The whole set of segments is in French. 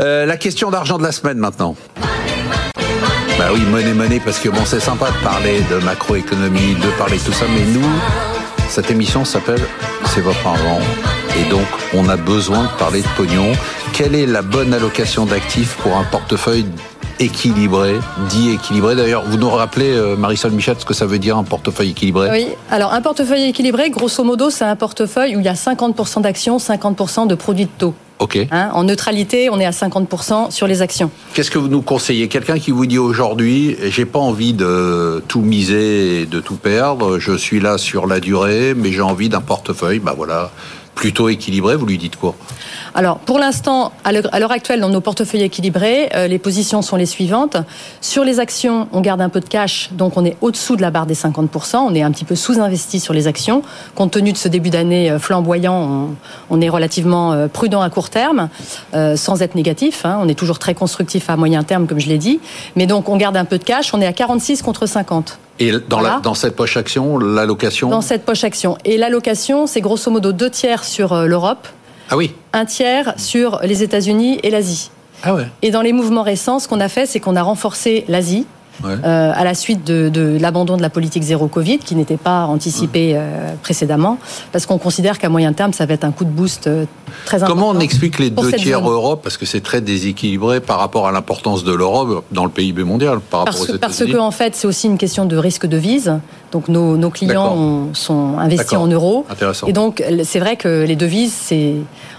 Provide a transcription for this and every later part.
Euh, la question d'argent de la semaine maintenant. Bah oui, monnaie, monnaie, parce que bon, c'est sympa de parler de macroéconomie, de parler de tout ça, mais nous, cette émission s'appelle C'est votre argent. Et donc, on a besoin de parler de pognon. Quelle est la bonne allocation d'actifs pour un portefeuille équilibré, dit équilibré. D'ailleurs, vous nous rappelez, euh, Marisol Michat, ce que ça veut dire un portefeuille équilibré Oui, alors un portefeuille équilibré, grosso modo, c'est un portefeuille où il y a 50% d'actions, 50% de produits de taux. Ok. Hein, en neutralité, on est à 50% sur les actions. Qu'est-ce que vous nous conseillez Quelqu'un qui vous dit aujourd'hui, j'ai pas envie de tout miser et de tout perdre, je suis là sur la durée, mais j'ai envie d'un portefeuille, bah voilà, plutôt équilibré, vous lui dites quoi Alors, pour l'instant, à l'heure à l'heure actuelle, dans nos portefeuilles équilibrés, euh, les positions sont les suivantes. Sur les actions, on garde un peu de cash, donc on est au-dessous de la barre des 50%. On est un petit peu sous-investi sur les actions. Compte tenu de ce début d'année euh, flamboyant, on, on est relativement euh, prudent à court terme, euh, sans être négatif. hein. On est toujours très constructif à moyen terme, comme je l'ai dit. Mais donc, on garde un peu de cash. On est à 46 contre 50 Et dans, Voilà. la, dans cette poche action, l'allocation dans cette poche action. Et l'allocation, c'est grosso modo deux tiers sur euh, l'Europe, Ah oui un tiers sur les États-Unis et l'Asie. Ah ouais Et dans les mouvements récents, ce qu'on a fait, c'est qu'on a renforcé l'Asie. Ouais. euh, à la suite de, de l'abandon de la politique zéro Covid, qui n'était pas anticipée euh, précédemment, parce qu'on considère qu'à moyen terme, ça va être un coup de boost euh, très important. Comment on explique les pour deux cette tiers zone. Europe Parce que c'est très déséquilibré par rapport à l'importance de l'Europe dans le PIB mondial, par rapport Parce, aux que- parce États-Unis. que en fait, c'est aussi une question de risque de vise. Donc nos, nos clients D'accord. ont- sont investis D'accord. Ah, en euros. Intéressant. Et donc c'est vrai que les devises, c'est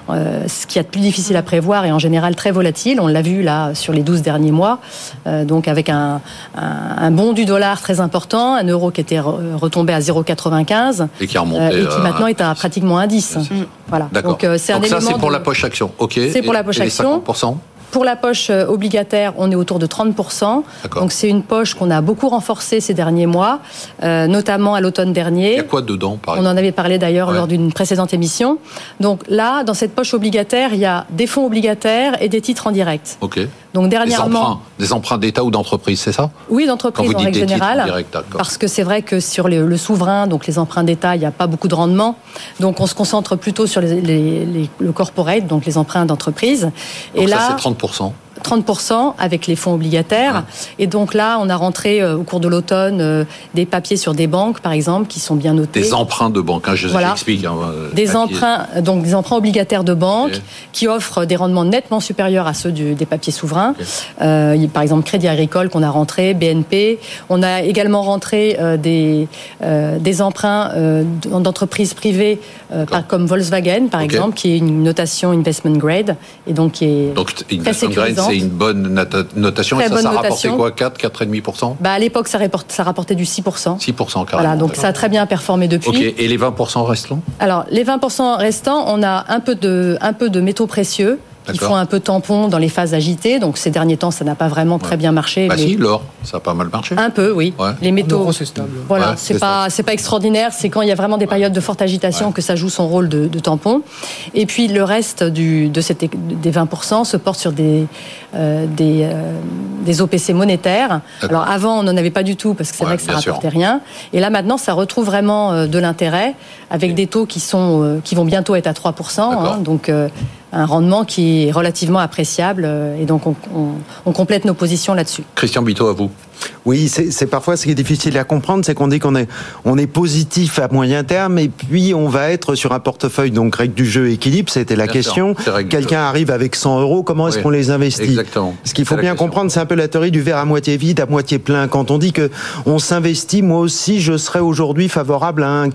euh, ce qu'il y a de plus difficile à prévoir et en général très volatile. On l'a vu là sur les 12 derniers mois. Euh, donc avec un, un, un bond du dollar très important, un euro qui était re- retombé à 0,95 Et qui a remonté. euh, et euh, Mm-hmm. qui maintenant est à pratiquement un 10. Voilà. D'accord. Donc euh, c'est un ça, élément c'est pour de- la poche action. OK. C'est pour Et- la poche et les action. 50% Pour la poche euh, obligataire, on est autour de 30%. D'accord. Donc c'est une poche qu'on a beaucoup renforcée ces derniers mois, euh, notamment à l'automne Il y dernier. a quoi dedans, par On exemple en avait parlé d'ailleurs Ouais. lors d'une précédente émission. Donc là, dans cette poche obligataire, il y a des fonds obligataires et des titres en direct. OK. Donc Des dernièrement, emprunts, des emprunts d'État ou d'entreprise, c'est ça oui, Quand d'entreprise vous en dites règle des titres en générale. direct, d'accord. Parce que c'est vrai que sur le, le souverain, donc les emprunts d'État, il n'y a pas beaucoup de rendement. Donc on se concentre plutôt sur les, les- les- le corporate, donc les emprunts d'entreprise. Donc ça, c'est 30%. 30% avec les fonds obligataires. Et donc là, on a rentré euh, au cours de l'automne euh, des papiers sur des banques, par exemple, qui sont bien notés. Des emprunts de banque, hein, je vous Voilà. explique. hein, euh, Des papier. emprunts, euh, donc des emprunts obligataires de banque Ok. qui offrent des rendements nettement supérieurs à ceux du- des papiers souverains. Ok. Euh, il y a, par exemple, Crédit Agricole qu'on a rentré, BNP. On a également rentré euh, des, euh, des emprunts euh, d'entreprises privées euh, par- comme Volkswagen, par Ok. exemple, qui est une notation investment grade et donc qui est Donc, une Très notation de graine, sécurisante. c'est une bonne nata- notation. Très et ça, bonne ça rapportait notation. quoi 4, 4,5% Bah, à l'époque, ça, rapporte- ça rapportait du 6%. 6% carrément. Voilà, donc ça a très bien performé depuis. OK. Et les 20% restants Alors, les 20% restants, on a un peu de, un peu de métaux précieux qui D'accord. font un peu tampon dans les phases agitées. Donc, ces derniers temps, ça n'a pas vraiment très bien marché. Bah mais si, l'or, ça a pas mal marché. Un peu, oui. Ouais. Les métaux. En euros, c'est stable. Voilà, Ouais, c'est c'est pas c'est pas extraordinaire. C'est quand il y a vraiment des périodes de forte agitation Ouais. que ça joue son rôle de, de tampon. Et puis le reste du de cette des 20 se porte sur des euh, des euh, des OPC monétaires. D'accord. Alors avant on n'en avait pas du tout parce que c'est Ouais, vrai que ça bien sûr. rapportait rien. Et là maintenant ça retrouve vraiment euh, de l'intérêt avec des taux qui sont euh, qui vont bientôt être à 3 D'accord. hein, Donc euh, un rendement qui est relativement appréciable euh, et donc on- on- on complète nos positions là-dessus. Christian Bito, à vous. Oui, c'est c'est parfois ce qui est difficile à comprendre, c'est qu'on dit qu'on est, on est positif à moyen terme et puis on va être sur un portefeuille. Donc, règle du jeu équilibre, c'était la Bien question. sûr, c'est règle du Quelqu'un arrive avec 100 euros, comment est-ce Oui, qu'on les investit exactement. Ce qu'il C'est faut la bien question. comprendre, c'est un peu la théorie du verre à moitié vide, à moitié plein. Quand on dit que on s'investit, moi aussi, je serais aujourd'hui favorable à un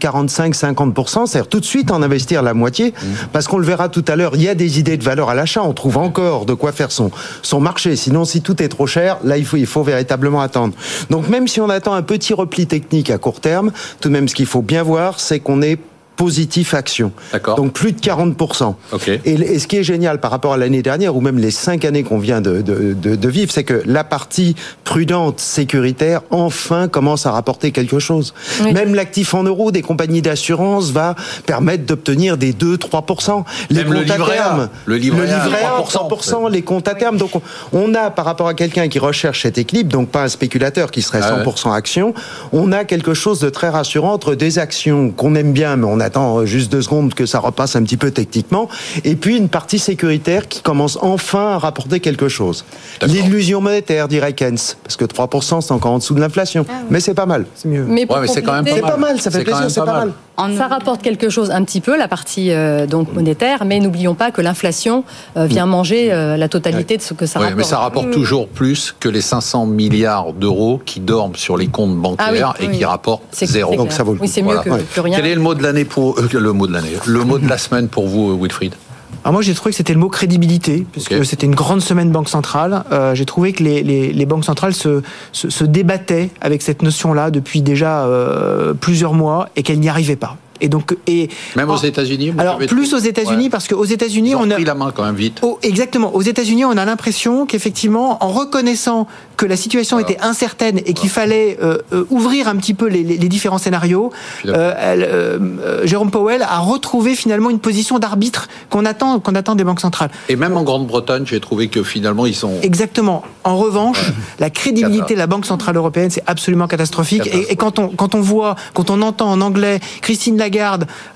45-50%, c'est-à-dire tout de suite en investir la moitié, parce qu'on le verra tout à l'heure, il y a des idées de valeur à l'achat, on trouve encore de quoi faire son, son marché. Sinon, si tout est trop cher, là, il faut, il faut véritablement attendre. Donc, même si on attend un petit repli technique à court terme, tout de même, ce qu'il faut bien voir, c'est qu'on est positif action. D'accord. Donc, plus de 40%. Ok. Et, et ce qui est génial par rapport à l'année dernière, ou même les cinq années qu'on vient de, de- de- de vivre, c'est que la partie prudente, sécuritaire, enfin commence à rapporter quelque chose. Oui. Même l'actif en euros des compagnies d'assurance va permettre d'obtenir des 2-3%. Les Même le comptes à livret A. terme. Le livret A, livret A, 3%. 3%, les comptes à terme. Donc on, on a, par rapport à quelqu'un qui recherche cet équilibre, donc pas un spéculateur qui serait Ah ouais. 100% action, on a quelque chose de très rassurant entre des actions qu'on aime bien, mais on a attend euh, juste deux secondes que ça repasse un petit peu techniquement, et puis une partie sécuritaire qui commence enfin à rapporter quelque chose. L'illusion monétaire, dirait Keynes, parce que 3% c'est encore en dessous de l'inflation, mais c'est pas mal, Ah c'est mieux. Mais, pour Ouais, mais c'est quand même compléter- C'est pas mal, ça fait C'est quand plaisir, même c'est pas pas mal. mal. En- Ça rapporte quelque chose un petit peu, la partie euh, donc monétaire, mais n'oublions pas que l'inflation euh, vient manger euh, la totalité de ce que ça Oui, rapporte. mais ça rapporte toujours plus que les 500 milliards d'euros qui dorment sur les comptes bancaires Ah oui, et oui. qui rapportent C'est- zéro. c'est Donc clair. ça vaut le Oui, coup. c'est mieux Voilà. que, Ouais. que rien. Quel est le mot de l'année pour euh, le mot de l'année Le mot de la semaine pour vous, euh, Wilfried Alors Ah, moi j'ai trouvé que c'était le mot crédibilité, puisque Ok. c'était une grande semaine banque centrale. Euh, j'ai trouvé que les, les- les banques centrales se, se, se débattaient avec cette notion-là depuis déjà euh, plusieurs mois et qu'elles n'y arrivaient pas. Et donc et Même aux Oh. Ah, États-unis vous Alors avez- plus aux États-Unis Ouais. parce qu'aux États-Unis Ils ont on a pris la main quand même vite. Oh, exactement. Aux États-Unis, on a l'impression qu'effectivement, en reconnaissant que la situation Voilà. était incertaine et qu'il fallait euh, euh, ouvrir un petit peu les, les- les différents scénarios, suis d'accord. euh, elle, euh, euh, Jérôme Powell a retrouvé finalement une position d'arbitre qu'on attend, qu'on attend des banques centrales. Et même en Grande-Bretagne, j'ai trouvé que finalement ils sont. Exactement. En revanche, la Cata. crédibilité de la Banque centrale européenne, c'est absolument catastrophique. Et, et quand on quand on voit, quand on entend en anglais Christine Lagarde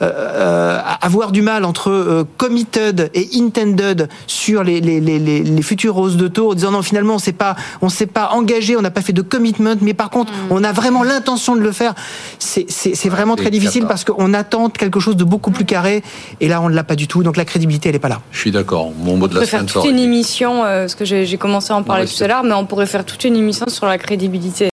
euh, euh, avoir du mal entre euh, committed et intended sur les les, les, les les futures hausses de taux, en disant non finalement on s'est pas on s'est pas engagé, on n'a pas fait de commitment, mais par contre on a vraiment l'intention de le faire. C'est c'est c'est vraiment c'est très difficile cata. parce qu'on attend quelque chose de beaucoup plus carré. Et là on ne l'a pas du tout. Donc la crédibilité elle est pas là. Je suis d'accord. Mon mot de la On pourrait faire semaine. ça toute aurait une été- émission, euh, parce que j'ai j'ai commencé à en parler mais tout c'est- à l'heure, mais on pourrait faire toute une émission sur la crédibilité.